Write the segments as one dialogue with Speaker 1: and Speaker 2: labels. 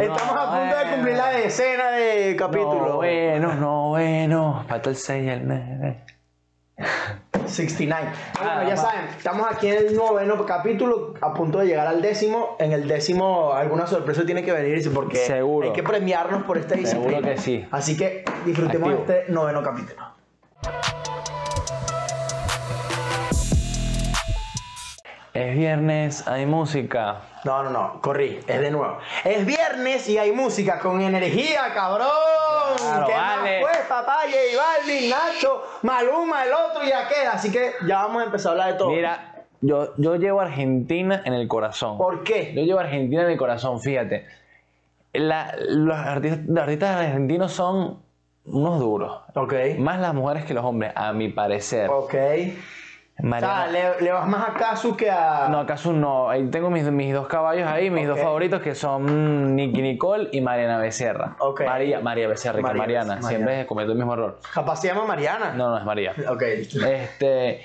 Speaker 1: Estamos a punto de cumplir la decena de capítulos.
Speaker 2: Noveno, noveno. Falta el 6 y el 9.
Speaker 1: 69. Ah,
Speaker 2: Ah,
Speaker 1: bueno, ya saben, estamos aquí en el noveno capítulo, a punto de llegar al décimo. En el décimo, alguna sorpresa tiene que venir, porque
Speaker 2: Seguro.
Speaker 1: hay que premiarnos por esta
Speaker 2: Seguro
Speaker 1: disciplina.
Speaker 2: que sí.
Speaker 1: Así que disfrutemos
Speaker 2: Activo.
Speaker 1: este noveno capítulo.
Speaker 2: Es viernes, hay música.
Speaker 1: No, no, no, corrí, es de nuevo. Es viernes y hay música con energía, cabrón.
Speaker 2: Claro,
Speaker 1: ¿Qué
Speaker 2: vale.
Speaker 1: más pues, papá? J Balvin, Nacho, Maluma, el otro ya queda. Así que ya vamos a empezar a hablar de todo.
Speaker 2: Mira, yo, yo llevo a Argentina en el corazón.
Speaker 1: ¿Por qué?
Speaker 2: Yo llevo a Argentina en el corazón, fíjate. La- los, artistas, los artistas argentinos son unos duros.
Speaker 1: Ok.
Speaker 2: Más las mujeres que los hombres, a mi parecer.
Speaker 1: Ok. O
Speaker 2: Mariana-
Speaker 1: sea, le, le vas más a Casu que a.
Speaker 2: No, acaso no. Ahí tengo mis, mis dos caballos ahí, mis dos
Speaker 1: Ok.
Speaker 2: favoritos que son Nicky Nicole y Mariana Becerra.
Speaker 1: Ok.
Speaker 2: María, María Becerra, que
Speaker 1: María
Speaker 2: Mariana.
Speaker 1: Becerra,
Speaker 2: Siempre cometo el mismo error.
Speaker 1: Capaz se llama Mariana.
Speaker 2: No, no es María.
Speaker 1: Ok.
Speaker 2: Este.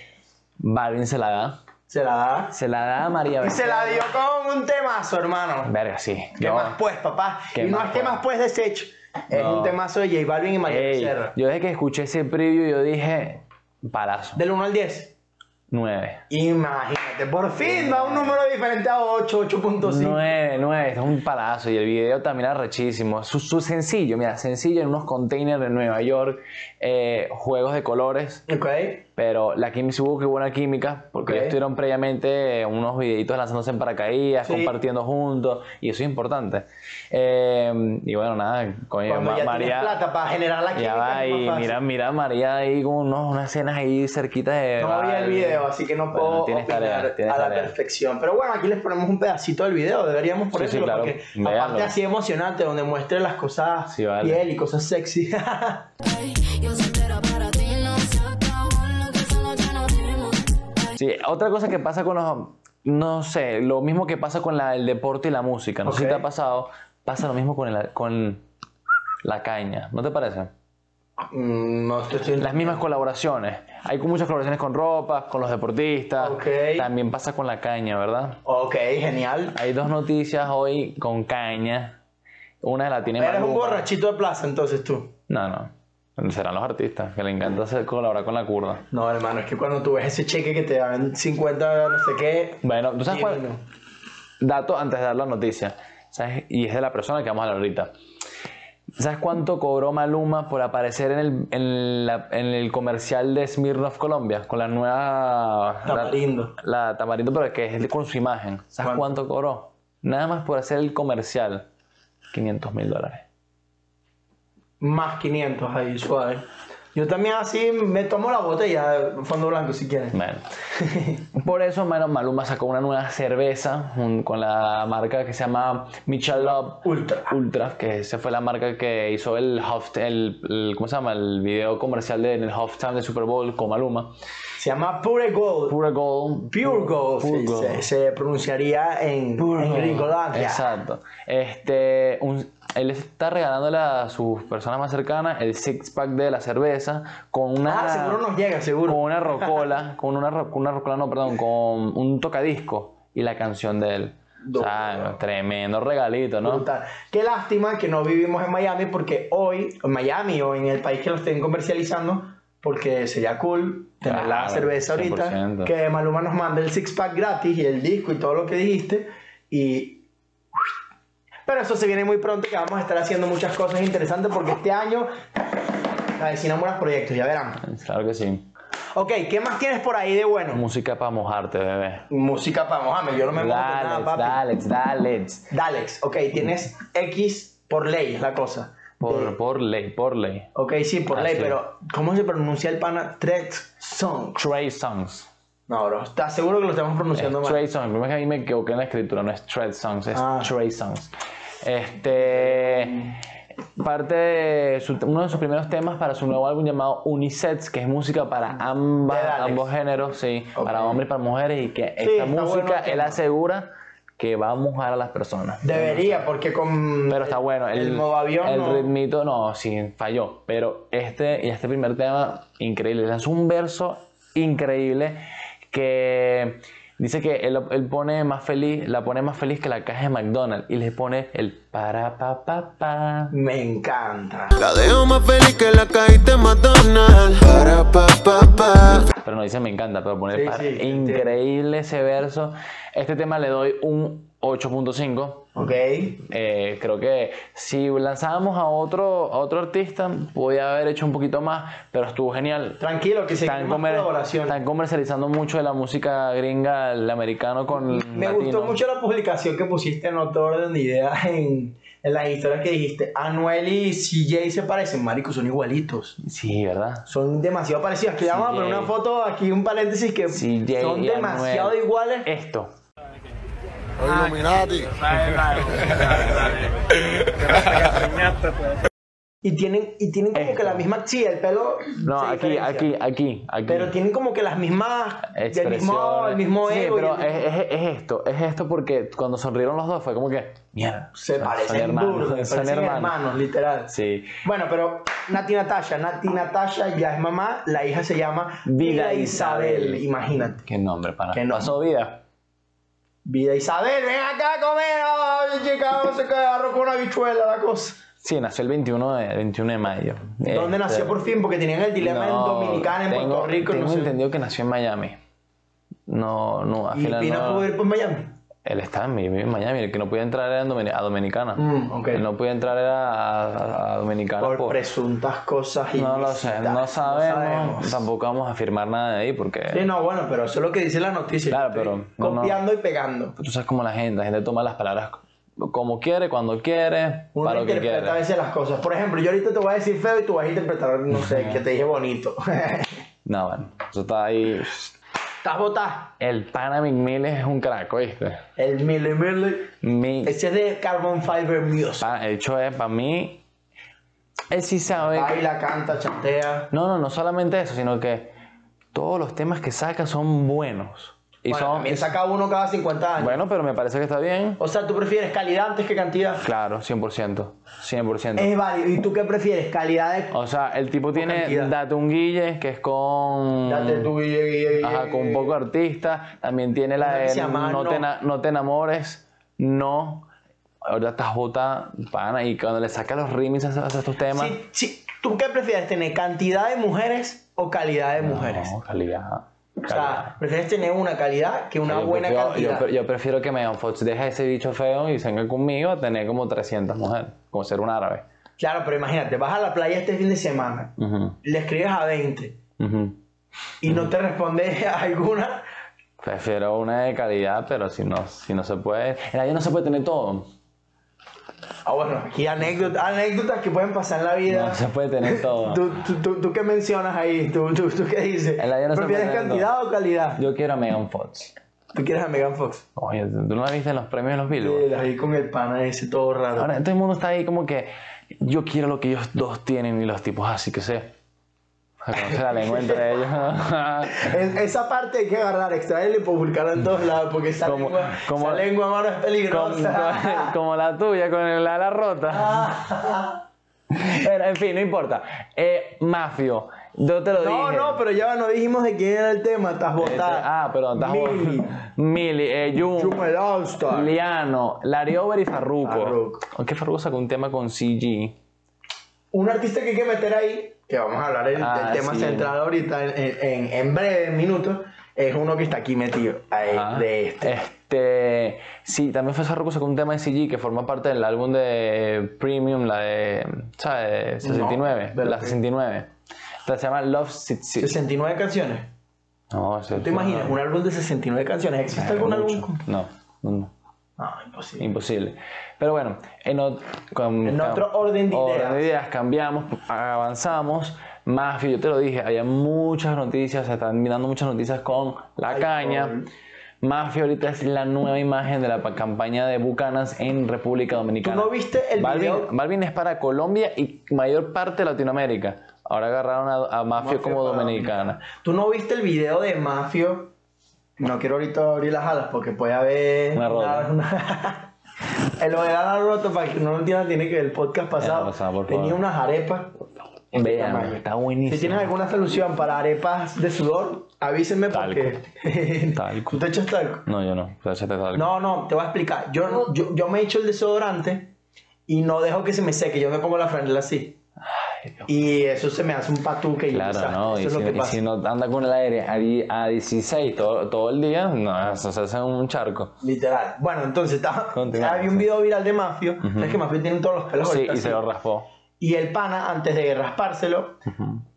Speaker 2: Balvin se la da.
Speaker 1: Se la da.
Speaker 2: Se la da a María
Speaker 1: Y se
Speaker 2: Becerra.
Speaker 1: la dio con un temazo, hermano.
Speaker 2: Verga, sí.
Speaker 1: ¿Qué
Speaker 2: Yo-
Speaker 1: más pues, papá?
Speaker 2: ¿Qué
Speaker 1: y no
Speaker 2: más,
Speaker 1: es que
Speaker 2: pues?
Speaker 1: más pues desecho. Es
Speaker 2: No.
Speaker 1: un temazo de J Balvin y María
Speaker 2: Ey,
Speaker 1: Becerra.
Speaker 2: yo desde que escuché ese preview, yo dije. Palazo.
Speaker 1: Del 1 al 10.
Speaker 2: 9.
Speaker 1: Imagínate, por fin va un número diferente a 8, 8.5.
Speaker 2: 9, 9, es un palazo. Y el video también arrechísimo. Su, su sencillo, mira, sencillo en unos containers de Nueva York, eh, juegos de colores.
Speaker 1: Ok.
Speaker 2: Pero la química, supongo que buena química, porque
Speaker 1: Ok.
Speaker 2: ellos tuvieron previamente eh, unos videitos lanzándose en paracaídas,
Speaker 1: Sí.
Speaker 2: compartiendo juntos, y eso es importante. Eh, y bueno, nada, coño,
Speaker 1: Cuando
Speaker 2: Ma-
Speaker 1: ya tienes
Speaker 2: María.
Speaker 1: plata para generar la
Speaker 2: Ya
Speaker 1: química.
Speaker 2: va,
Speaker 1: es más
Speaker 2: y
Speaker 1: fácil.
Speaker 2: mira, mira a María ahí con unos- unas escenas ahí cerquita de.
Speaker 1: No vi el
Speaker 2: Bali.
Speaker 1: video, así que no
Speaker 2: Bueno,
Speaker 1: puedo
Speaker 2: tienes
Speaker 1: opinar
Speaker 2: tarea, tienes
Speaker 1: a la
Speaker 2: tarea.
Speaker 1: perfección. Pero bueno, aquí les ponemos un pedacito del video, deberíamos ponerlo,
Speaker 2: sí, claro.
Speaker 1: porque aparte
Speaker 2: Véanlo.
Speaker 1: así emocionante, donde muestre las cosas
Speaker 2: Sí, vale.
Speaker 1: piel y cosas sexy.
Speaker 3: Ay, Yo soltera para ti, no se acabó lo que esa noche nos dimos. Ay,
Speaker 2: Sí, otra cosa que pasa con los. No sé, lo mismo que pasa con la- el deporte y la música. No sé si
Speaker 1: Ok.
Speaker 2: te ha pasado, pasa lo mismo con, el- con la caña. ¿No te parece?
Speaker 1: Mm, no estoy, estoy-
Speaker 2: las mismas colaboraciones. Hay muchas colaboraciones con ropa, con los deportistas.
Speaker 1: Ok.
Speaker 2: También pasa con la caña, ¿verdad?
Speaker 1: Ok, genial.
Speaker 2: Hay dos noticias hoy con caña. Una la tiene
Speaker 1: Eres un
Speaker 2: Maluma.
Speaker 1: borrachito de plaza entonces tú.
Speaker 2: No, no. Serán los artistas que le encanta hacer colaborar con la curda.
Speaker 1: No, hermano, es que cuando tú ves ese cheque que te dan 50, no sé qué.
Speaker 2: Bueno, ¿tú sabes cuál?
Speaker 1: divino.
Speaker 2: Dato antes de dar la noticia. ¿Sabes? Y es de la persona que vamos a hablar ahorita. ¿Sabes cuánto cobró Maluma por aparecer en el, en la- en el comercial de Smirnoff Colombia? Con la nueva... la-
Speaker 1: Tamarindo.
Speaker 2: La tamarindo, pero que es con su imagen. ¿Sabes
Speaker 1: ¿Cuánto?
Speaker 2: cuánto, cobró? Nada más por hacer el comercial. 500 mil dólares.
Speaker 1: Más 500 ahí, suave. Yo también así me tomo la botella, fondo blanco si quieres.
Speaker 2: Bueno. Por eso, mano, Maluma sacó una nueva cerveza un- con la marca que se llama Michelob
Speaker 1: Ultra.
Speaker 2: Ultra, que esa fue la marca que hizo el, Huff- el, el- ¿cómo se llama? El video comercial de, en el Halftime de Super Bowl con Maluma.
Speaker 1: Se llama Pure Gold.
Speaker 2: Pure Gold.
Speaker 1: Pure Gold,
Speaker 2: Pure
Speaker 1: se-
Speaker 2: Gold.
Speaker 1: Se, se pronunciaría en, en Gringolandia.
Speaker 2: Eh, Exacto. Este, un- él está regalándole a sus personas más cercanas el six pack de la cerveza con una
Speaker 1: Ah, seguro nos llega,
Speaker 2: con
Speaker 1: seguro.
Speaker 2: una rocola, con una, ro- con una rocola, no, perdón, con un tocadisco y la canción de él. O sea, tremendo regalito, ¿no?
Speaker 1: Brutal. Qué lástima que no vivimos en Miami porque hoy, en Miami o en el país que lo estén comercializando, porque sería cool tener la
Speaker 2: Claro,
Speaker 1: cerveza ahorita,
Speaker 2: 100%.
Speaker 1: que Maluma nos mande el six pack gratis y el disco y todo lo que dijiste. Y. Pero eso se viene muy pronto, que vamos a estar haciendo muchas cosas interesantes porque este año avecinamos unos proyectos, ya verán.
Speaker 2: Claro que sí.
Speaker 1: Ok, ¿qué más tienes por ahí de bueno?
Speaker 2: Música para mojarte, bebé.
Speaker 1: Música para mojarme, yo no me mojo con
Speaker 2: Dale,
Speaker 1: nada, papi.
Speaker 2: dale, dale.
Speaker 1: Dalex, ok, tienes X por ley, es la cosa.
Speaker 2: Por, por ley, por ley.
Speaker 1: Ok, sí, por
Speaker 2: Ah,
Speaker 1: ley,
Speaker 2: sí.
Speaker 1: pero ¿cómo se pronuncia el pana? Trex Song.
Speaker 2: Trey Songs.
Speaker 1: No, bro, ¿estás seguro que lo estamos pronunciando mal?
Speaker 2: Trey Songs. El problema es que a mí me equivoqué en la escritura, no es Trey Songs, es
Speaker 1: Ah.
Speaker 2: Trey Songs. Este. Parte de su- uno de sus primeros temas para su nuevo álbum llamado Unisex, que es música para ambas,
Speaker 1: De Alex.
Speaker 2: ambos géneros, sí,
Speaker 1: Ok.
Speaker 2: para hombres y para mujeres, y que
Speaker 1: Sí,
Speaker 2: esta
Speaker 1: está bueno el
Speaker 2: música él
Speaker 1: tema.
Speaker 2: asegura que va a mojar a las personas.
Speaker 1: Debería, porque con.
Speaker 2: Pero está bueno. El,
Speaker 1: El, modo avión.
Speaker 2: el
Speaker 1: no.
Speaker 2: ritmito, no, sí, falló. Pero este y este primer tema, increíble. Lanzó un verso increíble que Dice que él, él pone más feliz, la pone más feliz que la caja de McDonald's y le pone el para pa pa pa.
Speaker 1: Me encanta.
Speaker 4: La dejo más feliz que la cajita de McDonald's. Para pa pa pa.
Speaker 2: Pero no dice me encanta, pero pone
Speaker 1: Sí,
Speaker 2: para.
Speaker 1: sí, te entiendo.
Speaker 2: increíble ese verso. Este tema le doy un 8.5.
Speaker 1: Ok.
Speaker 2: Eh, creo que si lanzábamos a otro, a otro artista, podía haber hecho un poquito más, pero estuvo genial.
Speaker 1: Tranquilo, que se
Speaker 2: Están, comer-
Speaker 1: colaboración.
Speaker 2: están comercializando mucho de la música gringa, el americano con el
Speaker 1: Me
Speaker 2: latino.
Speaker 1: gustó mucho la publicación que pusiste en otro orden de ideas en, en las historias que dijiste. Anuel y CJ se parecen, marico, son igualitos.
Speaker 2: Sí, ¿verdad?
Speaker 1: Son demasiado parecidos. Aquí vamos a
Speaker 2: CJ.
Speaker 1: poner una foto, aquí un paréntesis que
Speaker 2: CJ
Speaker 1: son
Speaker 2: y
Speaker 1: demasiado
Speaker 2: Anuel.
Speaker 1: iguales.
Speaker 2: Esto.
Speaker 4: Illuminati.
Speaker 1: Y tienen, y tienen como
Speaker 2: Esto.
Speaker 1: que la misma. Sí, el pelo.
Speaker 2: No,
Speaker 1: se
Speaker 2: aquí,
Speaker 1: diferencia.
Speaker 2: aquí, aquí, aquí.
Speaker 1: Pero tienen como que las mismas. El mismo, el mismo
Speaker 2: Sí,
Speaker 1: ego. y
Speaker 2: pero
Speaker 1: el-
Speaker 2: es, es- es esto, es esto porque cuando sonrieron los dos fue como que, mierda,
Speaker 1: se
Speaker 2: son- Ah, son
Speaker 1: parecen burda,
Speaker 2: hermanos,
Speaker 1: se
Speaker 2: son
Speaker 1: parecen
Speaker 2: hermanos.
Speaker 1: hermanos, literal.
Speaker 2: Sí.
Speaker 1: Bueno, pero Nati Natasha, Nati Natasha ya es mamá, la hija se llama
Speaker 2: Vida Isabel.
Speaker 1: imagínate.
Speaker 2: Qué nombre, para.
Speaker 1: Qué nombre.
Speaker 2: Pasó vida.
Speaker 1: Vida Isabel, ven acá a comer, ay, chica, no se queda arroz con una bichuela la cosa.
Speaker 2: Sí, nació el 21 de, 21 de mayo.
Speaker 1: ¿Dónde
Speaker 2: Este,
Speaker 1: nació por fin? Porque tenían el
Speaker 2: no,
Speaker 1: dilema en Dominicana, en
Speaker 2: tengo-
Speaker 1: Puerto Rico,
Speaker 2: Tengo
Speaker 1: no sé.
Speaker 2: entendido que nació en Miami. No, no, al
Speaker 1: Y
Speaker 2: final
Speaker 1: vino a
Speaker 2: no.
Speaker 1: poder por Miami.
Speaker 2: Él estaba en Miami, en Miami, el que no podía entrar era en Domini- a Dominicana.
Speaker 1: Mm, ok.
Speaker 2: El no podía entrar era a, a- a Dominicana
Speaker 1: Por
Speaker 2: por-
Speaker 1: presuntas cosas y
Speaker 2: No lo sé, no sabemos, Tampoco vamos a afirmar nada de ahí porque.
Speaker 1: Sí, no, bueno, pero eso es lo que dice la noticia.
Speaker 2: Claro,
Speaker 1: Estoy
Speaker 2: pero no, no.
Speaker 1: Copiando y pegando.
Speaker 2: Tú sabes cómo la gente, la gente toma las palabras como quiere, cuando quiere,
Speaker 1: Uno
Speaker 2: para lo que
Speaker 1: interpreta a
Speaker 2: quiere.
Speaker 1: veces las cosas. Por ejemplo, yo ahorita te voy a decir feo y tú vas a interpretar, no sé, que te dije bonito.
Speaker 2: No, bueno, eso está ahí.
Speaker 1: Estás botada.
Speaker 2: El pana Miles es un crack, ¿oíste?
Speaker 1: El Mili Mili.
Speaker 2: Mi,
Speaker 1: Ese es de Carbon Fiber Music.
Speaker 2: pa- el hecho es, para mí, él sí sabe.
Speaker 1: Baila, canta, chantea.
Speaker 2: No, no, no solamente eso, sino que todos los temas que saca son buenos. Y
Speaker 1: bueno,
Speaker 2: son.
Speaker 1: también saca uno cada 50 años.
Speaker 2: Bueno, pero me parece que está bien.
Speaker 1: O sea, tú prefieres calidad antes que cantidad.
Speaker 2: Claro, 100%. 100%.
Speaker 1: Es válido. ¿Y tú qué prefieres? Calidad de.
Speaker 2: O sea, el tipo tiene
Speaker 1: cantidad.
Speaker 2: Date un Guille, que es con.
Speaker 1: Date tú, Guille, Guille, Guille.
Speaker 2: Mm. Ajá, con un poco artista. También tiene la
Speaker 1: Una que
Speaker 2: de
Speaker 1: se llama
Speaker 2: no, Te,
Speaker 1: No.
Speaker 2: na- no te enamores, no. Ahora estás bota, pana. Y cuando le saca los remixes a a estos temas.
Speaker 1: Sí, sí. ¿Tú qué prefieres? ¿Tener cantidad de mujeres o calidad de mujeres?
Speaker 2: No, calidad.
Speaker 1: o
Speaker 2: calidad.
Speaker 1: sea, prefieres tener una calidad que una
Speaker 2: yo
Speaker 1: buena
Speaker 2: prefiero, yo
Speaker 1: cantidad.
Speaker 2: pre- yo prefiero que Megan Fox deje ese bicho feo y venga conmigo a tener como 300 mujeres, como ser un árabe.
Speaker 1: Claro, pero imagínate, vas a la playa este fin de semana,
Speaker 2: Ujú,
Speaker 1: le escribes a 20
Speaker 2: ujú.
Speaker 1: y
Speaker 2: Mm.
Speaker 1: no te responde a alguna.
Speaker 2: Prefiero una de calidad, pero si no, si no se puede. En la vida no se puede tener todo.
Speaker 1: Ah, bueno, aquí anécdota- anécdotas que pueden pasar en la vida.
Speaker 2: No se puede tener todo.
Speaker 1: ¿Tú, tú, tú, tú qué mencionas ahí? ¿Tú, tú, tú qué dices?
Speaker 2: En la vida no se
Speaker 1: ¿Prefieres
Speaker 2: puede tener
Speaker 1: cantidad o calidad?
Speaker 2: Yo quiero a Megan Fox.
Speaker 1: ¿Tú quieres a Megan Fox?
Speaker 2: Oye, ¿tú no la viste en los premios de los Billboard?
Speaker 1: Eh, ahí con el pana ese todo raro.
Speaker 2: Ahora todo el mundo está ahí como que yo quiero lo que ellos dos tienen y los tipos así que sé. Se conoce la lengua entre ellos.
Speaker 1: Es- esa parte hay que agarrar, extraerla y publicarla en todos lados porque esa,
Speaker 2: Como-
Speaker 1: lengua,
Speaker 2: como-
Speaker 1: esa lengua, mano, es
Speaker 2: como,
Speaker 1: peligrosa.
Speaker 2: como- como la tuya con el ala rota.
Speaker 1: Ah.
Speaker 2: Pero, en fin, no importa. Eh, mafio, yo te lo
Speaker 1: No,
Speaker 2: dije.
Speaker 1: no, pero ya no dijimos de quién era el tema, estás
Speaker 2: Este,
Speaker 1: botada.
Speaker 2: ah, perdón, estás
Speaker 1: Mili.
Speaker 2: Mili, eh, Jun,
Speaker 1: Chuma el All-Star.
Speaker 2: Liano, Lariober y Farruko.
Speaker 1: Farruko.
Speaker 2: Aunque Farruko sacó un tema con CG.
Speaker 1: un artista que hay que meter ahí, que vamos a hablar el,
Speaker 2: Ah,
Speaker 1: del tema
Speaker 2: sí.
Speaker 1: central ahorita en, en, en breve, en minutos, es uno que está aquí metido, ahí,
Speaker 2: Ajá.
Speaker 1: de este.
Speaker 2: Este, sí, también fue Farruko sacó un tema de CG que forma parte del álbum de Premium, la de, ¿sabes? 69,
Speaker 1: No, de
Speaker 2: la
Speaker 1: la
Speaker 2: 69. Esta se llama Love Sit Sit.
Speaker 1: 69 canciones.
Speaker 2: No, eso-
Speaker 1: ¿Te imaginas? Un álbum de 69 canciones. ¿Existe algún
Speaker 2: mucho.
Speaker 1: álbum? con-
Speaker 2: No, no, no,
Speaker 1: No, imposible.
Speaker 2: imposible. Pero bueno, en, ot- con-
Speaker 1: En
Speaker 2: cam-
Speaker 1: otro orden de
Speaker 2: orden
Speaker 1: ideas.
Speaker 2: de ideas, cambiamos, avanzamos. Mafio, yo te lo dije, había muchas noticias, se están mirando muchas noticias con la
Speaker 1: Ay,
Speaker 2: caña.
Speaker 1: por-
Speaker 2: Mafia ahorita es la nueva imagen de la pa- campaña de Bucanas en República Dominicana.
Speaker 1: ¿Tú no viste el
Speaker 2: Balvin,
Speaker 1: video?
Speaker 2: Balvin es para Colombia y mayor parte de Latinoamérica. Ahora agarraron a, a Mafio,
Speaker 1: Mafia
Speaker 2: como
Speaker 1: para
Speaker 2: dominicana.
Speaker 1: ¿Tú no viste el video de Mafio? No quiero ahorita abrir las alas porque puede haber...
Speaker 2: Una rota.
Speaker 1: una- El lo de la roto, para que no lo entienda, tiene que el podcast pasado,
Speaker 2: pasado, por favor.
Speaker 1: tenía unas arepas
Speaker 2: Vean, está buenísimo.
Speaker 1: Si tienes alguna solución para arepas de sudor, Avísenme
Speaker 2: Talco.
Speaker 1: porque.
Speaker 2: Talco.
Speaker 1: ¿Tú te echas talco?
Speaker 2: No, yo no. Pero ese te está-
Speaker 1: No, no, te voy a explicar. Yo, yo, yo me echo el desodorante y no dejo que se me seque. Yo me pongo la franela así.
Speaker 2: Ay, Dios.
Speaker 1: Y eso se me hace un patuque. y un
Speaker 2: Claro,
Speaker 1: desastre.
Speaker 2: no, y
Speaker 1: Eso
Speaker 2: si,
Speaker 1: es lo que
Speaker 2: y
Speaker 1: pasa.
Speaker 2: si no anda con el aire a di- a 16 todo, todo el día, no, eso se hace un charco.
Speaker 1: Literal. Bueno, entonces estaba,
Speaker 2: Continúa,
Speaker 1: había un
Speaker 2: sí.
Speaker 1: video viral de Mafio. ¿Sabes que Mafio tiene todos los pelos
Speaker 2: Sí,
Speaker 1: ahorita
Speaker 2: y se
Speaker 1: así?
Speaker 2: lo raspó.
Speaker 1: Y el pana, antes de raspárselo,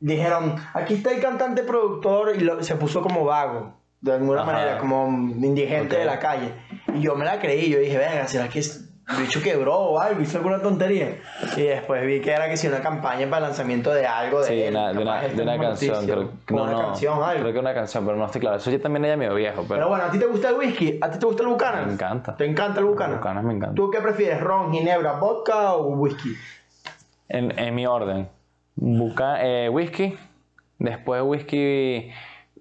Speaker 1: dijeron, aquí está el cantante productor y lo- se puso como vago, de alguna
Speaker 2: Ajá.
Speaker 1: manera, como indigente
Speaker 2: Ok.
Speaker 1: de la calle. Y yo me la creí, yo dije, venga, ¿será que es- el bicho quebró o algo? Hizo alguna tontería. Y después vi que era que si una campaña para el lanzamiento de algo de
Speaker 2: Sí,
Speaker 1: él,
Speaker 2: una- de
Speaker 1: capaz
Speaker 2: una,
Speaker 1: esta
Speaker 2: de una
Speaker 1: misma
Speaker 2: canción.
Speaker 1: noticia,
Speaker 2: Creo,
Speaker 1: o
Speaker 2: no,
Speaker 1: una
Speaker 2: no,
Speaker 1: canción, algo.
Speaker 2: creo que una canción, pero no estoy claro. Eso yo también ella medio viejo,
Speaker 1: Pero
Speaker 2: pero
Speaker 1: bueno, ¿a ti te gusta el whisky? ¿A ti te gusta el Buchanan?
Speaker 2: Me encanta.
Speaker 1: ¿Te encanta el Buchanan?
Speaker 2: Buchanan me encanta.
Speaker 1: ¿Tú qué prefieres, ron, ginebra, vodka o whisky?
Speaker 2: en, en mi orden. Buca, eh, whisky, después whisky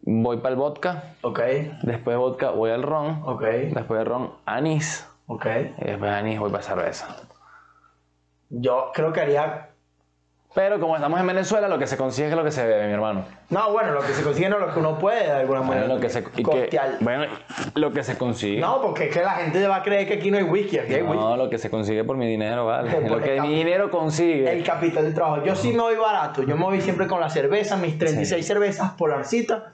Speaker 2: voy para el vodka,
Speaker 1: Ok,
Speaker 2: después vodka voy al ron,
Speaker 1: ok,
Speaker 2: después de ron anís,
Speaker 1: ok.
Speaker 2: y después de anís voy para cerveza.
Speaker 1: Yo creo que haría
Speaker 2: Pero como estamos en Venezuela, lo que se consigue es lo que se bebe, mi hermano.
Speaker 1: No, bueno, lo que se consigue no es lo que uno puede de alguna manera.
Speaker 2: Bueno, lo que se, y que-
Speaker 1: Costear.
Speaker 2: bueno, lo que se consigue.
Speaker 1: No, porque es que la gente va a creer que aquí no hay whisky, aquí hay whisky.
Speaker 2: No, lo que se consigue por mi dinero, vale.
Speaker 1: Por
Speaker 2: Lo que
Speaker 1: el
Speaker 2: mi
Speaker 1: cambio.
Speaker 2: dinero consigue.
Speaker 1: El capital del trabajo. Yo sí me voy barato. Yo me voy siempre con la cerveza, mis 36 cervezas polarcita.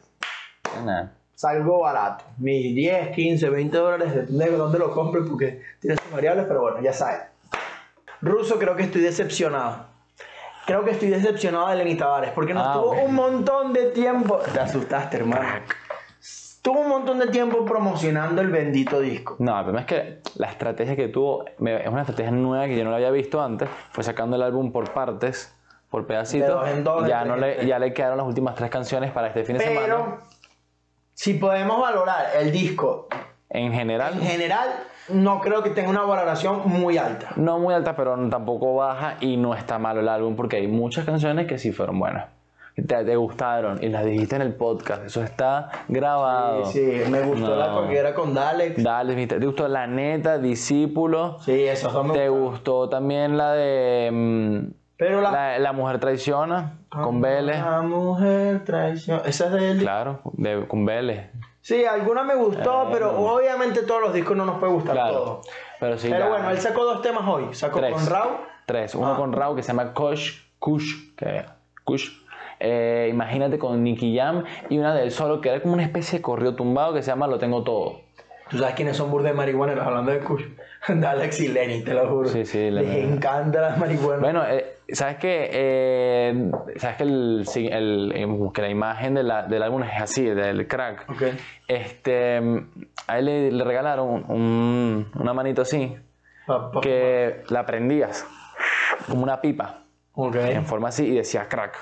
Speaker 2: Nada.
Speaker 1: Salgo barato. Mis 10, 15, 20 dólares, depende de dónde lo compre porque tiene sus variables, pero bueno, ya sabes. Ruso, creo que estoy decepcionado. Creo que estoy decepcionado de Lenny Tavares porque nos
Speaker 2: Ah,
Speaker 1: tuvo
Speaker 2: bueno.
Speaker 1: un montón de tiempo. Te asustaste, hermano. Tuvo un montón de tiempo promocionando el bendito disco.
Speaker 2: No, el problema es que la estrategia que tuvo, me- es una estrategia nueva que yo no la había visto antes, fue sacando el álbum por partes, por pedacitos.
Speaker 1: De dos en dos, de
Speaker 2: ya,
Speaker 1: tres
Speaker 2: no
Speaker 1: en
Speaker 2: le,
Speaker 1: tres.
Speaker 2: ya le quedaron las últimas tres canciones para este fin de semana.
Speaker 1: Pero si podemos valorar el disco
Speaker 2: En general,
Speaker 1: en general, no creo que tenga una valoración muy alta.
Speaker 2: no muy alta, pero no- tampoco baja y no está malo el álbum porque hay muchas canciones que sí fueron buenas. que Te, te gustaron y las dijiste en el podcast, eso está grabado.
Speaker 1: Sí, me gustó
Speaker 2: No.
Speaker 1: la coquera con Dalex.
Speaker 2: Dale, viste, te gustó La Neta, Discípulo.
Speaker 1: Sí, esos dos me
Speaker 2: Te
Speaker 1: gustaron.
Speaker 2: gustó también la de mm,
Speaker 1: Pero la,
Speaker 2: la, La Mujer Traiciona con Vélez.
Speaker 1: Ah, La mujer traición. Esa es de él.
Speaker 2: Claro, de, con Vélez.
Speaker 1: Sí, alguna me gustó, pero obviamente todos los discos no nos puede gustar
Speaker 2: Claro.
Speaker 1: todos.
Speaker 2: Pero sí.
Speaker 1: Pero
Speaker 2: la-
Speaker 1: bueno, él sacó dos temas hoy. Sacó
Speaker 2: tres.
Speaker 1: con Raúl.
Speaker 2: Tres. Uno
Speaker 1: Ah.
Speaker 2: con Rau que se llama Kush. Kush. Que, Kush. Eh, imagínate con Nicky Jam y una del solo que era como una especie de corrido tumbado que se llama Lo Tengo Todo.
Speaker 1: Tú sabes quiénes son burde marihuaneros hablando de Kush. De Alex y Lenny, te lo juro.
Speaker 2: Sí, sí, la
Speaker 1: Les
Speaker 2: verdad.
Speaker 1: encanta las marihuanas.
Speaker 2: Bueno, eh, ¿sabes qué? Eh, ¿Sabes que, el, sí, el- eh, que la imagen de la- del álbum es así, del crack?
Speaker 1: Ok.
Speaker 2: Este, a él le, le regalaron un- un- una manito así,
Speaker 1: Pa- pa-
Speaker 2: que la prendías como una pipa,
Speaker 1: ok.
Speaker 2: en forma así, y decía crack.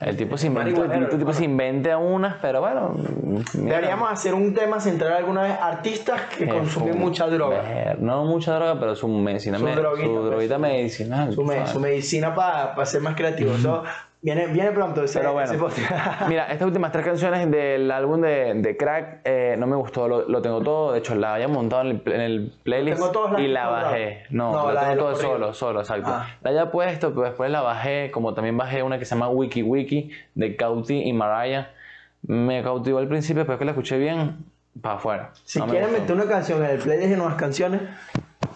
Speaker 2: El tipo se inventa,
Speaker 1: Marihuanero,
Speaker 2: el tipo se inventa unas, pero bueno. mira,
Speaker 1: Deberíamos hacer un tema central alguna vez. Artistas que
Speaker 2: eh,
Speaker 1: consumen
Speaker 2: fumo,
Speaker 1: mucha droga.
Speaker 2: ver, No mucha droga, pero su medicina.
Speaker 1: Su
Speaker 2: me-
Speaker 1: droguita,
Speaker 2: su
Speaker 1: pues,
Speaker 2: droguita medicinal.
Speaker 1: Su, me-
Speaker 2: ¿sabes?
Speaker 1: su medicina para ser más creativo. Eso viene, viene pronto. ese-
Speaker 2: Pero bueno,
Speaker 1: ese podcast.
Speaker 2: mira, estas últimas tres canciones del álbum de, de Crack eh, no me gustó, lo, lo tengo todo. De hecho, la había montado en el, pl- en el playlist
Speaker 1: Tengo Todos, la
Speaker 2: y
Speaker 1: has
Speaker 2: la
Speaker 1: montado.
Speaker 2: bajé. No,
Speaker 1: No,
Speaker 2: lo
Speaker 1: la de
Speaker 2: tengo todo
Speaker 1: los
Speaker 2: solo,
Speaker 1: corridos.
Speaker 2: solo, exacto.
Speaker 1: Ah.
Speaker 2: La había puesto, pero después la bajé, como también bajé una que se llama Wiki Wiki de Cauti y Mariah. Me cautivó al principio, después que la escuché bien, para afuera.
Speaker 1: si
Speaker 2: No me
Speaker 1: quieres
Speaker 2: gustó.
Speaker 1: meter una canción en el playlist de nuevas canciones, él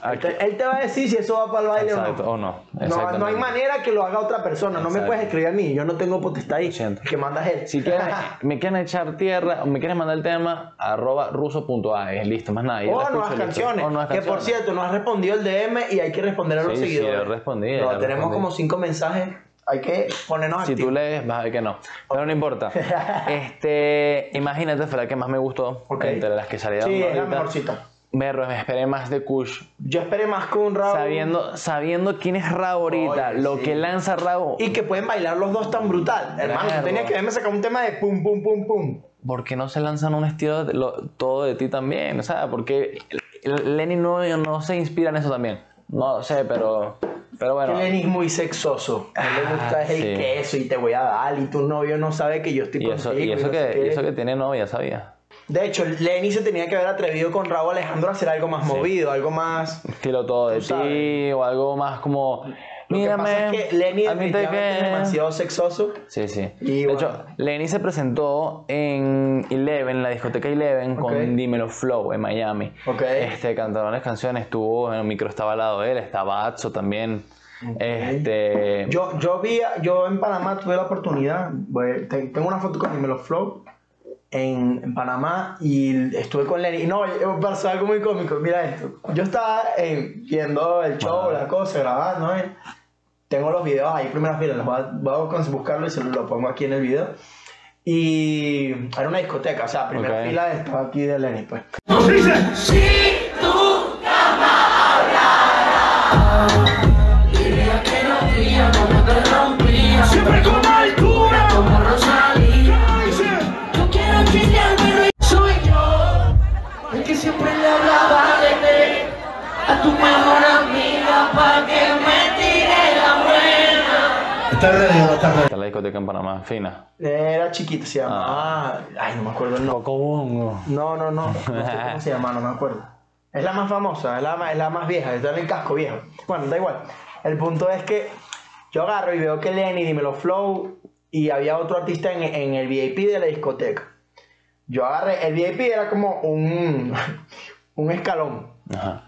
Speaker 2: Aquí-
Speaker 1: te, él te va a decir si eso va para el baile
Speaker 2: Exacto,
Speaker 1: o
Speaker 2: o no.
Speaker 1: no. no. No hay
Speaker 2: exactamente.
Speaker 1: manera que lo haga otra persona. No me
Speaker 2: Exacto.
Speaker 1: puedes escribir a mí. Yo no tengo potestad ahí.
Speaker 2: siento.
Speaker 1: Que mandas él.
Speaker 2: Si quieren, me quieren echar tierra o me quieren mandar el tema, arroba ruso.a, es e, listo, más nada. yo la
Speaker 1: o
Speaker 2: escucho
Speaker 1: nuevas
Speaker 2: y listo.
Speaker 1: canciones.
Speaker 2: O nuevas
Speaker 1: Que por
Speaker 2: canciones.
Speaker 1: cierto, no has respondido el DM y hay que responder a los
Speaker 2: Sí, sí,
Speaker 1: seguidores.
Speaker 2: yo respondí,
Speaker 1: No,
Speaker 2: ya
Speaker 1: tenemos
Speaker 2: respondí.
Speaker 1: como cinco mensajes. Hay que ponernos
Speaker 2: Si tú
Speaker 1: activos.
Speaker 2: lees, vas a ver que no. Pero no importa. Este, imagínate, fue la que más me gustó.
Speaker 1: Ok.
Speaker 2: Entre las que salieron.
Speaker 1: Sí, es la
Speaker 2: ahorita.
Speaker 1: mejorcita.
Speaker 2: Berro, me esperé más de Kush.
Speaker 1: Yo esperé más con un Raúl.
Speaker 2: Sabiendo, sabiendo quién es Rao ahorita,
Speaker 1: Oye,
Speaker 2: lo
Speaker 1: sí.
Speaker 2: que lanza Rao.
Speaker 1: Y que pueden bailar los dos tan brutal. Hermano, tú
Speaker 2: Claro.
Speaker 1: tenías que haberme sacado un tema de pum, pum, pum, pum.
Speaker 2: ¿Por qué no se lanzan un estilo de lo- todo de ti también? O sea, porque Lenny no, no se inspira en eso también. No sé, pero. Pero bueno.
Speaker 1: Que Lenny es muy sexoso. A él le gusta
Speaker 2: Ah,
Speaker 1: el
Speaker 2: sí.
Speaker 1: queso y te voy a dar. Y tu novio no sabe que yo estoy
Speaker 2: Y eso,
Speaker 1: contigo
Speaker 2: y eso
Speaker 1: no sé
Speaker 2: que, y
Speaker 1: qué.
Speaker 2: eso que tiene novia, sabía.
Speaker 1: De hecho, Lenny se tenía que haber atrevido con Raúl Alejandro a hacer algo más movido, algo más.
Speaker 2: estilo todo de
Speaker 1: sabes.
Speaker 2: ti o algo más como
Speaker 1: Lo que pasa es que Lenny
Speaker 2: admite
Speaker 1: definitivamente es demasiado sexoso.
Speaker 2: Sí, sí.
Speaker 1: Y
Speaker 2: de
Speaker 1: bueno.
Speaker 2: hecho, Lenny se presentó en Eleven, la discoteca Eleven,
Speaker 1: Ok.
Speaker 2: con Dímelo Flow en Miami.
Speaker 1: Ok.
Speaker 2: Este, cantaron las canciones, estuvo en el micro, estaba al lado de él, estaba Atzo también. Este.
Speaker 1: Yo, yo vi, a- yo en Panamá tuve la oportunidad, pues, te- tengo una foto con Melo Flow en, en Panamá y estuve con Lenny. Y No, eh, pasó algo muy cómico, mira esto. Yo estaba eh, viendo el show, la cosa, grabando, ¿eh? tengo los videos ahí, primeras filas, los voy a, voy a cons- buscarlo y se lo pongo aquí en el video. Y era una discoteca, o sea, primera
Speaker 2: Ok.
Speaker 1: fila estaba aquí de Lenny, pues.
Speaker 5: Siempre con altura como Rosalía. Yo quiero chillar, pero soy yo. El que siempre le hablaba de ti a tu mejor amiga pa' que me tire la buena.
Speaker 2: Está la discoteca en Panamá, fina.
Speaker 1: Era chiquito, se llamaba. Ay, no me acuerdo el nombre.
Speaker 2: Coco Bongo.
Speaker 1: No, no, no. No sé cómo se llama, no me acuerdo. Es la más famosa, es la más, es la más vieja, está en el casco viejo. Bueno, da igual. El punto es que yo agarro y veo que Lenny, dímelo Flow, y había otro artista en, en el VIP de la discoteca. Yo agarré, el VIP era como un, un escalón,
Speaker 2: Ajá.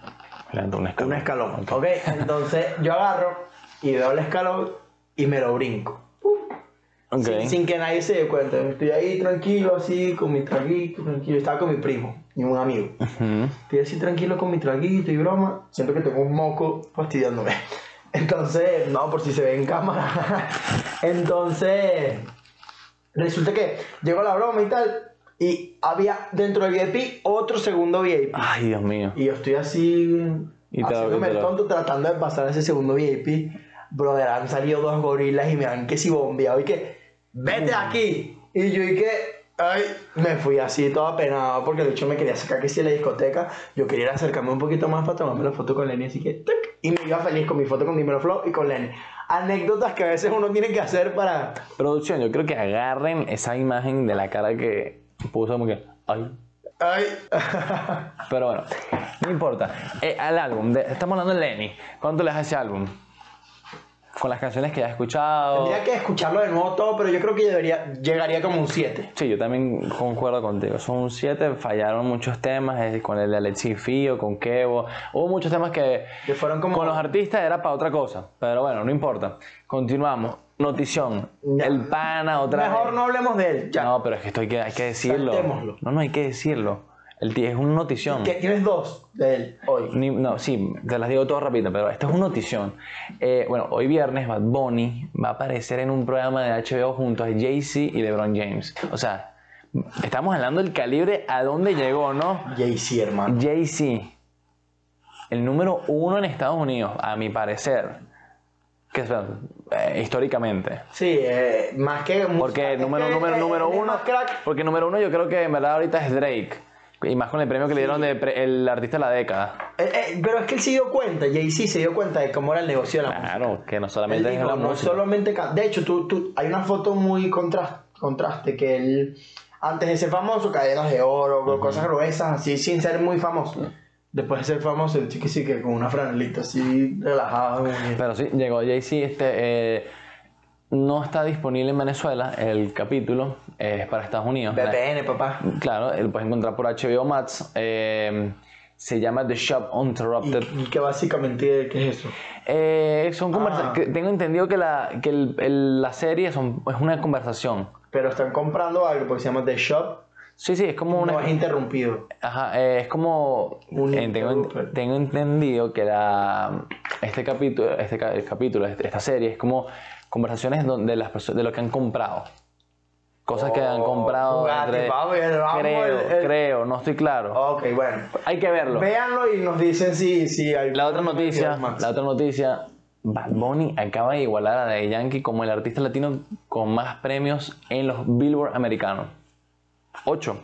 Speaker 2: Era un escalón.
Speaker 1: un escalón, ¿ok? Entonces yo agarro y veo el escalón y me lo brinco.
Speaker 2: Ok.
Speaker 1: Sin, sin que nadie se dé cuenta. Estoy ahí tranquilo, así, con mi traguito, tranquilo. Estaba con mi primo y un amigo.
Speaker 2: Ujú.
Speaker 1: Estoy así tranquilo con mi traguito y broma. Siento que tengo un moco fastidiándome. Entonces, no, por si se ve en cámara. Entonces, resulta que llegó la broma y tal. Y había dentro del VIP otro segundo VIP.
Speaker 2: Ay, Dios mío.
Speaker 1: Y yo estoy así,
Speaker 2: Y te-
Speaker 1: haciéndome
Speaker 2: te
Speaker 1: el
Speaker 2: lo-
Speaker 1: tonto, tratando de pasar a ese segundo VIP. Brother, han salido dos gorilas y me han que si bombeado y que, vete de aquí. Y yo y que, ay, me fui así todo apenado porque de hecho me quería sacar que si la discoteca, yo quería ir a acercarme un poquito más para tomarme la foto con Lenny, así que, tic, y me iba feliz con mi foto con Dimelo Flow y con Lenny. Anécdotas que a veces uno tiene que hacer para...
Speaker 2: Producción, yo creo que agarren esa imagen de la cara que puso como que. Ay.
Speaker 1: Ay.
Speaker 2: Pero bueno, no importa. Eh, al álbum, de- estamos hablando de Lenny. ¿Cuánto le das a ese álbum? Con las canciones que ya has escuchado.
Speaker 1: Tendría que escucharlo de nuevo todo, pero yo creo que debería, llegaría como un 7.
Speaker 2: Sí, yo también concuerdo contigo. Son siete, fallaron muchos temas, eh, con el de Alexis Fío, con Kevo. Hubo muchos temas que
Speaker 1: Que fueron como...
Speaker 2: con los artistas era para otra cosa. Pero bueno, no importa. Continuamos. Notición.
Speaker 1: Ya.
Speaker 2: El pana, otra
Speaker 1: Mejor
Speaker 2: vez.
Speaker 1: no hablemos de él, ya.
Speaker 2: No, pero es que esto hay que, hay que decirlo.
Speaker 1: Saltémoslo.
Speaker 2: No, no hay que decirlo. El tío es un notición.
Speaker 1: Que tienes dos de él hoy.
Speaker 2: Ni- no, sí, te las digo todas rápido, pero esto es una notición. Eh, bueno, hoy viernes Bad Bunny va a aparecer en un programa de HBO junto a Jay-Z y LeBron James. O sea, estamos hablando del calibre a dónde llegó, ¿no?
Speaker 1: Jay-Z, hermano.
Speaker 2: Jay-Z, el número uno en Estados Unidos, a mi parecer. Que es, eh, históricamente.
Speaker 1: Sí, eh, más que.
Speaker 2: Porque
Speaker 1: es
Speaker 2: número,
Speaker 1: que
Speaker 2: número,
Speaker 1: él-
Speaker 2: número
Speaker 1: él es
Speaker 2: uno.
Speaker 1: más crack.
Speaker 2: Porque número uno yo creo que en verdad ahorita es Drake. Y más con el premio que le dieron de pre- el artista de la década.
Speaker 1: Eh, eh, pero es que él se dio cuenta, Jay-Z se dio cuenta de cómo era el negocio de la música.
Speaker 2: Claro, que no
Speaker 1: Él
Speaker 2: solamente es
Speaker 1: dijo,
Speaker 2: la
Speaker 1: no
Speaker 2: música.
Speaker 1: solamente. can- De hecho, tú, tú- hay una foto muy contraste, contraste que él. Antes de ser famoso, cadenas de oro, cosas gruesas, así, sin ser muy famoso. Después de ser famoso, el chiqui sí que con una franelita así, relajado. muy bien.
Speaker 2: Pero sí, llegó Jay-Z. Este, eh, no está disponible en Venezuela el capítulo. eh, es para Estados Unidos.
Speaker 1: VPN, papá.
Speaker 2: Claro, lo puedes encontrar por HBO Max. eh, se llama The Shop Interrupted.
Speaker 1: Y, y que básicamente, ¿qué es eso?
Speaker 2: Eh, son conversa-
Speaker 1: Ah.
Speaker 2: que Tengo entendido que la, que el- el- la serie son- es una conversación.
Speaker 1: Pero están comprando algo porque se llama The Shop.
Speaker 2: Sí, sí, es como una.
Speaker 1: No es interrumpido.
Speaker 2: Ajá, eh, es como.
Speaker 1: Un
Speaker 2: eh, tengo, en-
Speaker 1: interrupter.
Speaker 2: tengo entendido que la, este capítulo, este ca- el capítulo, este- esta serie es como conversaciones donde las perso- de lo que han comprado. Cosas que han
Speaker 1: Oh,
Speaker 2: comprado.
Speaker 1: Bugatti, vamos, el- vamos,
Speaker 2: creo,
Speaker 1: el- Oh, el-
Speaker 2: creo, no estoy claro.
Speaker 1: Ok, bueno.
Speaker 2: Hay que verlo.
Speaker 1: Véanlo y nos dicen si, si hay.
Speaker 2: La otra noticia,
Speaker 1: Más.
Speaker 2: la otra noticia, Bad Bunny acaba de igualar a Daddy Yankee como el artista latino con más premios en los Billboard americanos. Ocho,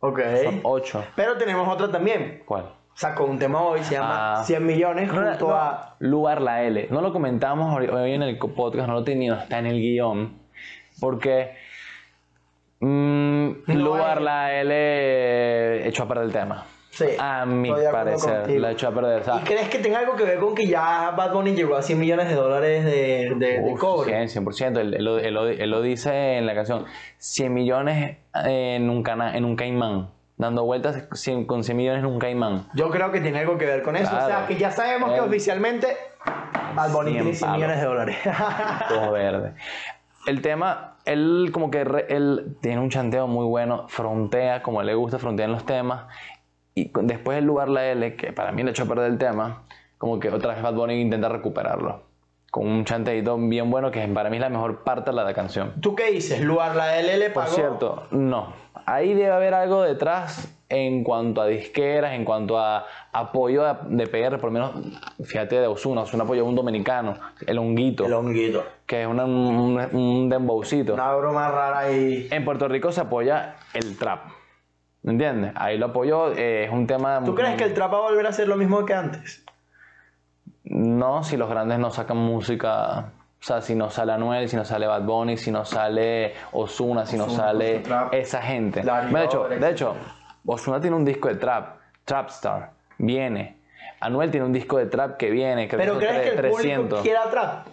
Speaker 1: Ok.
Speaker 2: son ocho.
Speaker 1: Pero tenemos otra también.
Speaker 2: ¿Cuál?
Speaker 1: Sacó un tema hoy, se llama
Speaker 2: Ah.
Speaker 1: 100 millones junto
Speaker 2: No,
Speaker 1: a.
Speaker 2: Lugar la L. No lo comentamos hoy- hoy en el co- podcast, no lo tenía, está en el guión. Porque mm,
Speaker 1: No
Speaker 2: Lugar
Speaker 1: es.
Speaker 2: la L eh, echó a perder el tema.
Speaker 1: Sí,
Speaker 2: A mi
Speaker 1: estoy de acuerdo
Speaker 2: parecer,
Speaker 1: contigo.
Speaker 2: la echó a perder. O sea,
Speaker 1: ¿Y crees que tenga algo que ver con que ya Bad Bunny llegó a 100 millones de dólares de, de, de
Speaker 2: Uf,
Speaker 1: cobre?
Speaker 2: 100%, 100%. Él, él lo- él lo- él lo dice en la canción. 100 millones eh, en un, cana- en un caimán. Dando vueltas cien- con 100 millones en un caimán.
Speaker 1: Yo creo que tiene algo que ver con eso. O sea,
Speaker 2: Claro.
Speaker 1: que ya sabemos que
Speaker 2: Él-
Speaker 1: oficialmente Bad Bunny
Speaker 2: Cien
Speaker 1: tiene 100
Speaker 2: palos.
Speaker 1: millones de dólares.
Speaker 2: Todo verde. El tema, él como que re- él tiene un chanteo muy bueno, frontea como a él le gusta, frontea en los temas. Y con- después el lugar la L, que para mí le echó a perder el tema, como que otra vez Bad Bunny intenta recuperarlo. Con un chanteito bien bueno que para mí es la mejor parte de la canción.
Speaker 1: ¿Tú qué dices? Luar la L le
Speaker 2: Por
Speaker 1: pagó.
Speaker 2: cierto, no. Ahí debe haber algo detrás en cuanto a disqueras, en cuanto a apoyo a- de PR, por lo menos, fíjate, de Osuna. Osuna apoyó a un dominicano, el honguito,
Speaker 1: El honguito.
Speaker 2: que es una- un, un dembowcito.
Speaker 1: Una broma rara ahí.
Speaker 2: En Puerto Rico se apoya el trap. ¿Me entiendes? Ahí lo apoyó, eh, es un tema...
Speaker 1: ¿Tú crees que el trap va a volver a ser lo mismo que antes?
Speaker 2: No, si los grandes no sacan música... O sea, si no sale Anuel, si no sale Bad Bunny, si no sale Osuna, si no
Speaker 1: Ozuna,
Speaker 2: sale
Speaker 1: Ozuna Trap.
Speaker 2: esa gente.
Speaker 1: Larry
Speaker 2: de hecho,
Speaker 1: Lover,
Speaker 2: de hecho, Osuna tiene un disco de trap, Trapstar, viene. Anuel tiene un disco de trap que viene, creo
Speaker 1: ¿Pero
Speaker 2: que son
Speaker 1: crees que el
Speaker 2: tre- 300.
Speaker 1: público quiera trap?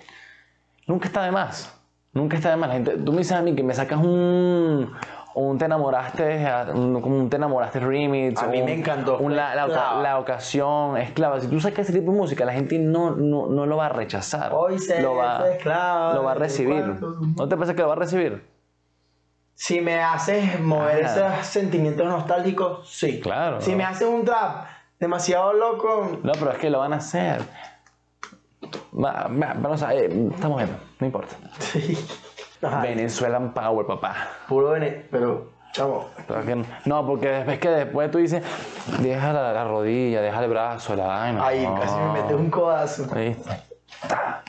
Speaker 2: Nunca está de más. Nunca está de más. La gente, tú me dices a mí que me sacas un. un te enamoraste, a- un- como un te enamoraste remix.
Speaker 1: A mí
Speaker 2: o un-
Speaker 1: me encantó,
Speaker 2: un la, la oca-
Speaker 1: esclava.
Speaker 2: la ocasión, esclava. Si tú sacas ese tipo de música, la gente no, no, no lo va a rechazar.
Speaker 1: Hoy se-
Speaker 2: lo va,
Speaker 1: se esclava
Speaker 2: Lo va a
Speaker 1: de
Speaker 2: recibir.
Speaker 1: cuartos.
Speaker 2: ¿No te parece que lo va a recibir?
Speaker 1: Si me haces mover
Speaker 2: Ajá.
Speaker 1: esos sentimientos nostálgicos, sí.
Speaker 2: Claro.
Speaker 1: Si me haces un trap demasiado loco,
Speaker 2: No, pero es que lo van a hacer. Va- va- vamos a. eh, estamos viendo, no importa.
Speaker 1: sí. Ajá,
Speaker 2: Venezuelan Power, papá.
Speaker 1: puro vene. Pero, chamo,
Speaker 2: Pero es que- No, porque es que después tú dices, deja la, la rodilla, deja el brazo, la vaina.
Speaker 1: ahí
Speaker 2: no.
Speaker 1: casi me metes un codazo.
Speaker 2: ¿Viste? Ta.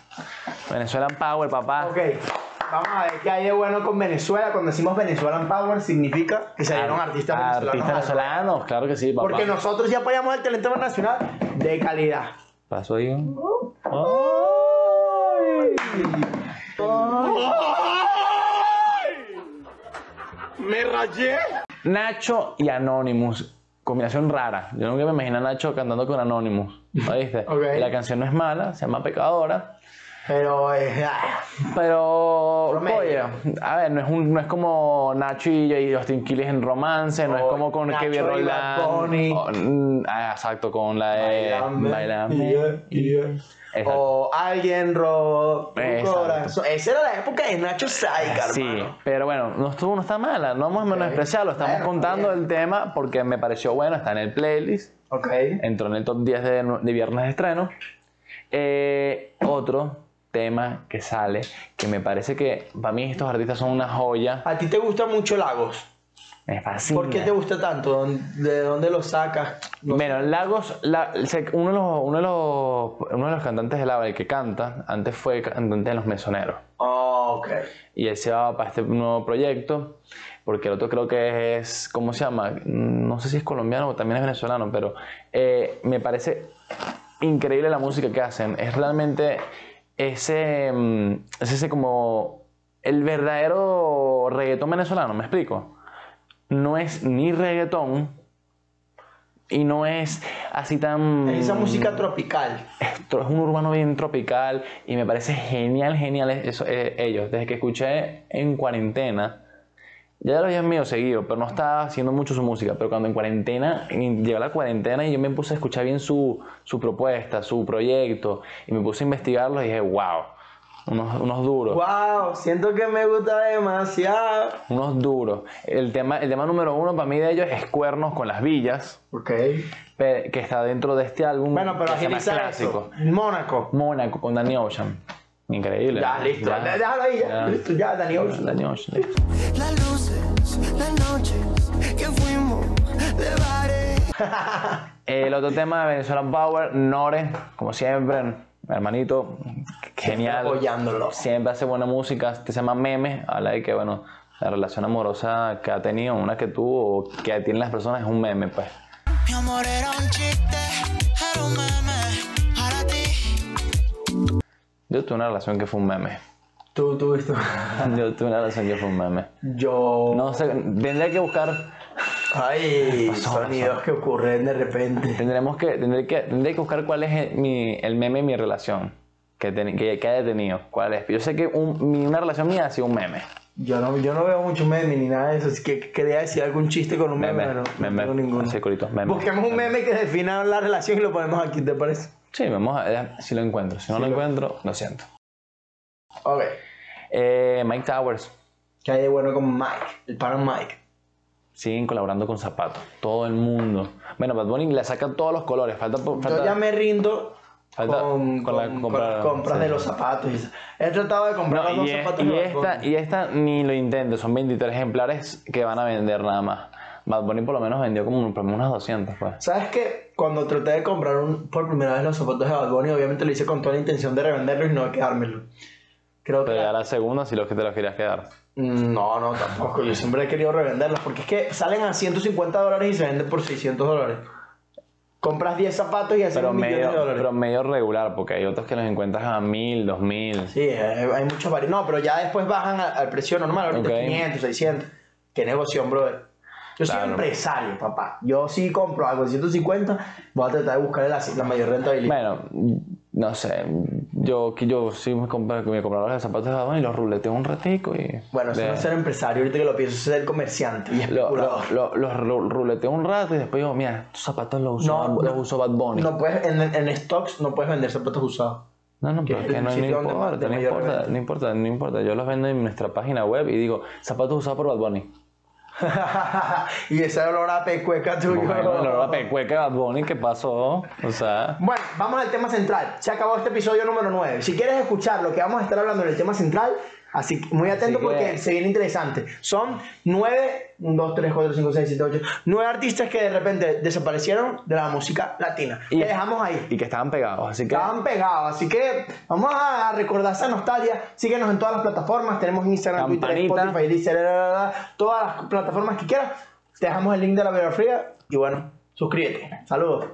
Speaker 2: Venezuelan Power, papá.
Speaker 1: Ok, vamos a ver qué hay de bueno con Venezuela. Cuando decimos Venezuelan Power, significa que salieron
Speaker 2: Ar-
Speaker 1: artistas venezolanos.
Speaker 2: Ah, Artistas venezolanos, claro que sí, papá.
Speaker 1: Porque nosotros ya apoyamos el talento nacional de calidad.
Speaker 2: Pasó ahí. un- Nacho y Anonymous. Combinación rara. Yo nunca me imaginé a Nacho cantando con Anonymous. ¿Lo viste?
Speaker 1: Ok.
Speaker 2: Y La canción no es mala, se llama Pecadora.
Speaker 1: Pero eh, ah,
Speaker 2: Pero,
Speaker 1: Promedio.
Speaker 2: oye, a ver, no es, un, no es como Nacho y, y Justin Quiles en romance, no es
Speaker 1: O
Speaker 2: como con
Speaker 1: Oh, Nacho
Speaker 2: Kevin
Speaker 1: y Bad
Speaker 2: Roland.
Speaker 1: Bunny.
Speaker 2: o, mm, ah, exacto, con la de
Speaker 1: Bailame,
Speaker 2: Eh,
Speaker 1: oh,
Speaker 2: Bailame.
Speaker 1: yeah, yeah.
Speaker 2: Exacto.
Speaker 1: O alguien robó tu
Speaker 2: Exacto. Ah,
Speaker 1: corazón. Esa era la época de Nacho Saiga,
Speaker 2: Sí,
Speaker 1: hermano.
Speaker 2: pero bueno, no estuvo, no está mala, no hemos menospreciado, estamos
Speaker 1: Bueno,
Speaker 2: contando
Speaker 1: bien.
Speaker 2: el tema porque me pareció bueno, está en el playlist,
Speaker 1: Ok.
Speaker 2: entró en el top 10 de, de viernes de estreno. Eh, otro tema que sale, que me parece que para mí estos artistas son una joya,
Speaker 1: ¿A ti te gusta mucho Lagos?
Speaker 2: me fascina.
Speaker 1: ¿Por qué te gusta tanto? ¿De dónde lo sacas? No sé.
Speaker 2: Bueno, Lagos, la- se- uno, de los, uno, de los, uno de los cantantes de Lava, el que canta, antes fue cantante de Los Mesoneros.
Speaker 1: Ah, ok.
Speaker 2: Y él se va para este nuevo proyecto, porque el otro creo que es, ¿cómo se llama? No sé si es colombiano o también es venezolano, pero eh, me parece increíble la música que hacen. Es realmente ese, mm, es ese como el verdadero reggaetón venezolano, ¿me explico? No es ni reggaetón y no es así tan...
Speaker 1: Esa música tropical.
Speaker 2: es tro- es un urbano bien tropical y me parece genial, genial eso, eh, ellos. Desde que escuché en cuarentena, ya lo había medio seguido, pero no estaba haciendo mucho su música. Pero cuando en cuarentena, en- llegó la cuarentena y yo me puse a escuchar bien su, su propuesta, su proyecto, y me puse a investigarlo y dije, wow, unos, unos duros.
Speaker 1: Wow, siento que me gusta demasiado.
Speaker 2: Unos duros. El tema, el tema número uno para mí de ellos es Cuernos con las Villas,
Speaker 1: Ok.
Speaker 2: pe- que está dentro de este álbum.
Speaker 1: Bueno, pero
Speaker 2: que se llama
Speaker 1: agiliza eso. Mónaco.
Speaker 2: Mónaco con Danny Ocean. Increíble.
Speaker 1: Ya, listo.
Speaker 2: Ya.
Speaker 1: Déjalo ahí, ya.
Speaker 2: Ya.
Speaker 1: Listo, ya, Daniel.
Speaker 2: Danny Ocean, listo.
Speaker 4: Las luces, las noches que fuimos de bares.
Speaker 2: El otro tema de Venezuelan Power, Nore, como siempre, mi hermanito, genial.
Speaker 1: Apoyándolo.
Speaker 2: Siempre hace buena música, este se llama Meme, habla de que, bueno, la relación amorosa que ha tenido, una que tuvo, o que tienen las personas, es un meme, pues.
Speaker 4: Mi amor era un chiste, era un meme para ti.
Speaker 2: Yo tuve una relación que fue un meme.
Speaker 1: Tú, tú, tú.
Speaker 2: Yo tuve una relación que fue un meme.
Speaker 1: Yo.
Speaker 2: No sé, tendría que buscar
Speaker 1: Ay,
Speaker 2: pasó,
Speaker 1: sonidos que ocurren de repente.
Speaker 2: Tendremos que, tendré que, tendré que buscar cuál es el, mi- el meme de mi relación que, ten- que, que haya tenido. ¿Cuál es? Yo sé que un- mi- una relación mía ha sido un meme.
Speaker 1: Yo no, yo no veo mucho meme ni nada de eso, así que quería decir algún chiste con un meme,
Speaker 2: Meme,
Speaker 1: pero no
Speaker 2: meme.
Speaker 1: tengo ninguno.
Speaker 2: Así, corito, meme.
Speaker 1: Busquemos un meme que defina la relación y lo ponemos aquí, ¿te parece?
Speaker 2: Sí, vamos a ver si lo encuentro. Si no lo encuentro, lo siento.
Speaker 1: Ok.
Speaker 2: Eh, Mike Towers.
Speaker 1: ¿Qué hay de bueno con Mike? El pana Mike.
Speaker 2: Siguen colaborando con zapatos. Todo el mundo. Bueno, Bad Bunny le saca todos los colores. Falta, po- falta
Speaker 1: Yo ya me rindo
Speaker 2: Falta-
Speaker 1: con,
Speaker 2: con la
Speaker 1: con-
Speaker 2: compra-
Speaker 1: con las compras
Speaker 2: sí.
Speaker 1: de los zapatos. y eso. He tratado de comprar
Speaker 2: No,
Speaker 1: los
Speaker 2: y,
Speaker 1: dos
Speaker 2: es-
Speaker 1: zapatos
Speaker 2: y
Speaker 1: de Bad
Speaker 2: esta,
Speaker 1: Bunny.
Speaker 2: y esta ni lo intento. Son 23 ejemplares que van a vender nada más. Bad Bunny por lo menos vendió como un- por lo menos unas 200, pues.
Speaker 1: ¿Sabes qué? Cuando traté de comprar un- por primera vez los zapatos de Bad Bunny, obviamente lo hice con toda la intención de revenderlos y no de quedármelo. Creo que
Speaker 2: Pero ya la segunda si los que te los querías quedar.
Speaker 1: Mm, No, no, tampoco. Yo siempre he querido revenderlas porque es que salen a 150 dólares y se venden por 600 dólares. Compras 10 zapatos y hacen
Speaker 2: Pero
Speaker 1: un millón
Speaker 2: medio,
Speaker 1: de dólares.
Speaker 2: pero medio regular, porque hay otros que los encuentras a 1000, 2000.
Speaker 1: Sí, eh, hay, hay muchos varios. No, pero ya después bajan al, al precio normal, ahorita
Speaker 2: Ok.
Speaker 1: 500, 600. Qué negocio, brother. Yo
Speaker 2: Claro.
Speaker 1: soy empresario, papá. Yo sí compro algo de 150, voy a tratar de buscar la, la mayor rentabilidad.
Speaker 2: Bueno, no sé. Yo, que yo sí me compré, me compraba los zapatos de Bad Bunny y los ruleteo un ratico y.
Speaker 1: Bueno, eso
Speaker 2: de-
Speaker 1: no es ser empresario, ahorita que lo pienso, eso es ser comerciante y
Speaker 2: lo-
Speaker 1: especulador.
Speaker 2: lo- lo- los ru- ruleteo un rato y después digo, mira, estos zapatos los uso,
Speaker 1: No,
Speaker 2: Bad- los
Speaker 1: no.
Speaker 2: uso Bad Bunny.
Speaker 1: No puedes, en, en stocks no puedes vender zapatos usados.
Speaker 2: No, no, pero
Speaker 1: Que
Speaker 2: es
Speaker 1: es
Speaker 2: que
Speaker 1: el
Speaker 2: no, no
Speaker 1: sitio donde ma-
Speaker 2: importa,
Speaker 1: de
Speaker 2: no
Speaker 1: mayor
Speaker 2: importa,
Speaker 1: venta.
Speaker 2: no importa, no importa. Yo los vendo en nuestra página web y digo, zapatos usados por Bad Bunny.
Speaker 1: y ese olor a pecueca tuyo.
Speaker 2: Bueno, el olor a pecueca de Bad Bunny, ¿qué pasó? O sea,
Speaker 1: Bueno, vamos al tema central. Se acabó este episodio número 9. Si quieres escuchar lo que vamos a estar hablando en el tema central, así que muy atento
Speaker 2: que-
Speaker 1: porque se viene interesante. Son 9, 1, 2, 3, 4, 5, 6, 7, 8, 9 artistas que de repente desaparecieron de la música latina.
Speaker 2: Y-
Speaker 1: Te dejamos ahí.
Speaker 2: y que estaban pegados, así que
Speaker 1: Estaban pegados, así que vamos a recordar esa nostalgia. Síguenos en todas las plataformas. Tenemos Instagram, Twitter,
Speaker 2: Campanita.
Speaker 1: Spotify, Deezer, la, la, la, la, todas las plataformas que quieras. Te dejamos el link de la biografía y bueno, suscríbete. Saludos.